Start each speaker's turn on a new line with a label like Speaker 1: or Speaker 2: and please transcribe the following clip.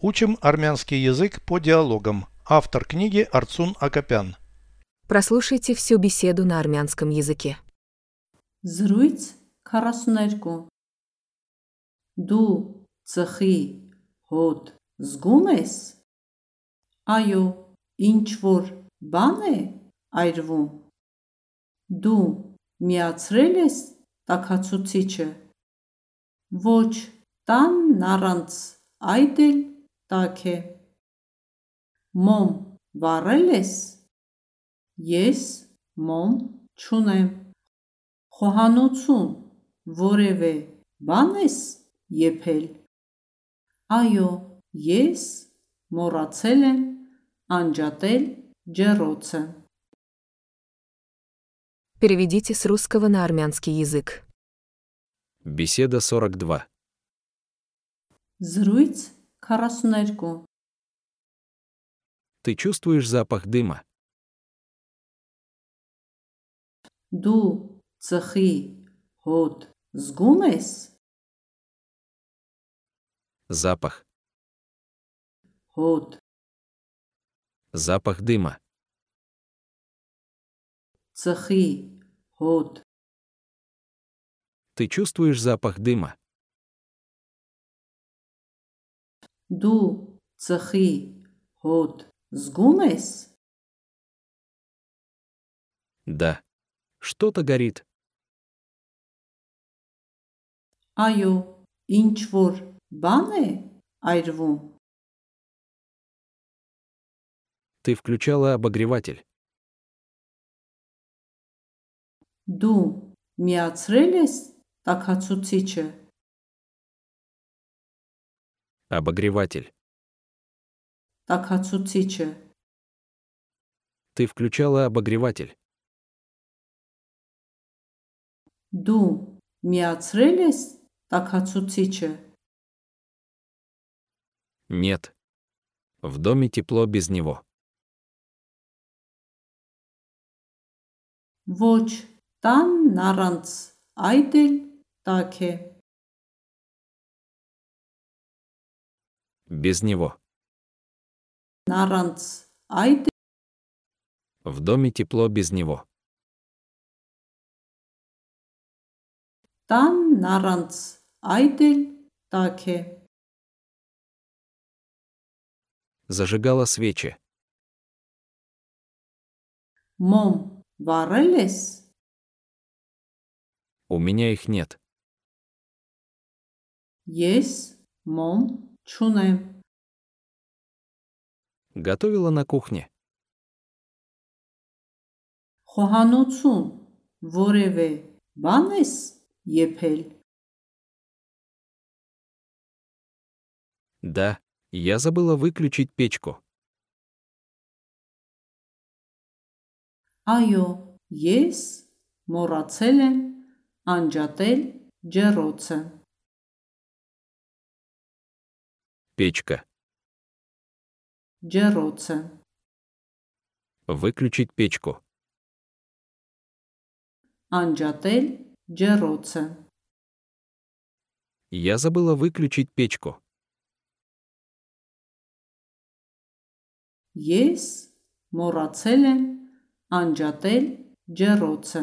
Speaker 1: Учим армянский язык по диалогам. Автор книги Арцун Акопян.
Speaker 2: Прослушайте всю беседу на армянском языке.
Speaker 3: Զրույց 42 Դու ծխի հոտ զգում ես? Այո, ինչ որ բան է այրվում։ Դու միացրել ես տաքացուցիչը։ Ոչ, տանն առանց այդ էլ տաք է։ Մոմ վառել ես։ Ես մոմ չունեմ։ Խոհանոցում որևէ բան ես եփել։ Այո, ես մոռացել եմ անջատել ջեռոցը։
Speaker 2: Переведите с русского на армянский язык.
Speaker 4: Беседа 42.
Speaker 3: Զրույց 42
Speaker 4: Ты чувствуешь запах дыма?
Speaker 3: Դու ծխի հոտ զգում ես?
Speaker 4: Запах.
Speaker 3: Հոտ
Speaker 4: Запах дыма.
Speaker 3: ծխի հոտ
Speaker 4: Ты чувствуешь запах дыма?
Speaker 3: դու ծխի հոտ զգում ես?
Speaker 4: Да. Что-то горит.
Speaker 3: Այո, ինչ որ բան է այրվում։
Speaker 4: Ты включала обогреватель.
Speaker 3: Դու միացրել ես տաքացուցիչը։
Speaker 4: Обогреватель.
Speaker 3: Տաքացուցիչը։
Speaker 4: Ты включала обогреватель.
Speaker 3: Դու միացրել ես տաքացուցիչը։
Speaker 4: Нет. В доме тепло без него.
Speaker 3: Ոչ, տանն առանց այդ էլ տաք է։
Speaker 4: Без него.
Speaker 3: Առանց այդ
Speaker 4: В доме тепло без него.
Speaker 3: տանն առանց այդ էլ տաք է։
Speaker 4: Зажигала свечи.
Speaker 3: Մոմ վառել ես։
Speaker 4: У меня их нет.
Speaker 3: Ես մոմ չունեմ։
Speaker 4: Готовила на кухне.
Speaker 3: Խոհանոցում որևէ բան ես եփել։
Speaker 4: Да. Я забыла выключить печку.
Speaker 3: Այո, ես մոռացել եմ անջատել ջեռոցը։
Speaker 4: Печка.
Speaker 3: Ջեռոցը։
Speaker 4: Выключить печку.
Speaker 3: Անջատել ջեռոցը։
Speaker 4: Я забыла выключить печку.
Speaker 3: Ես մոռացել եմ անջատել ջեռոցը։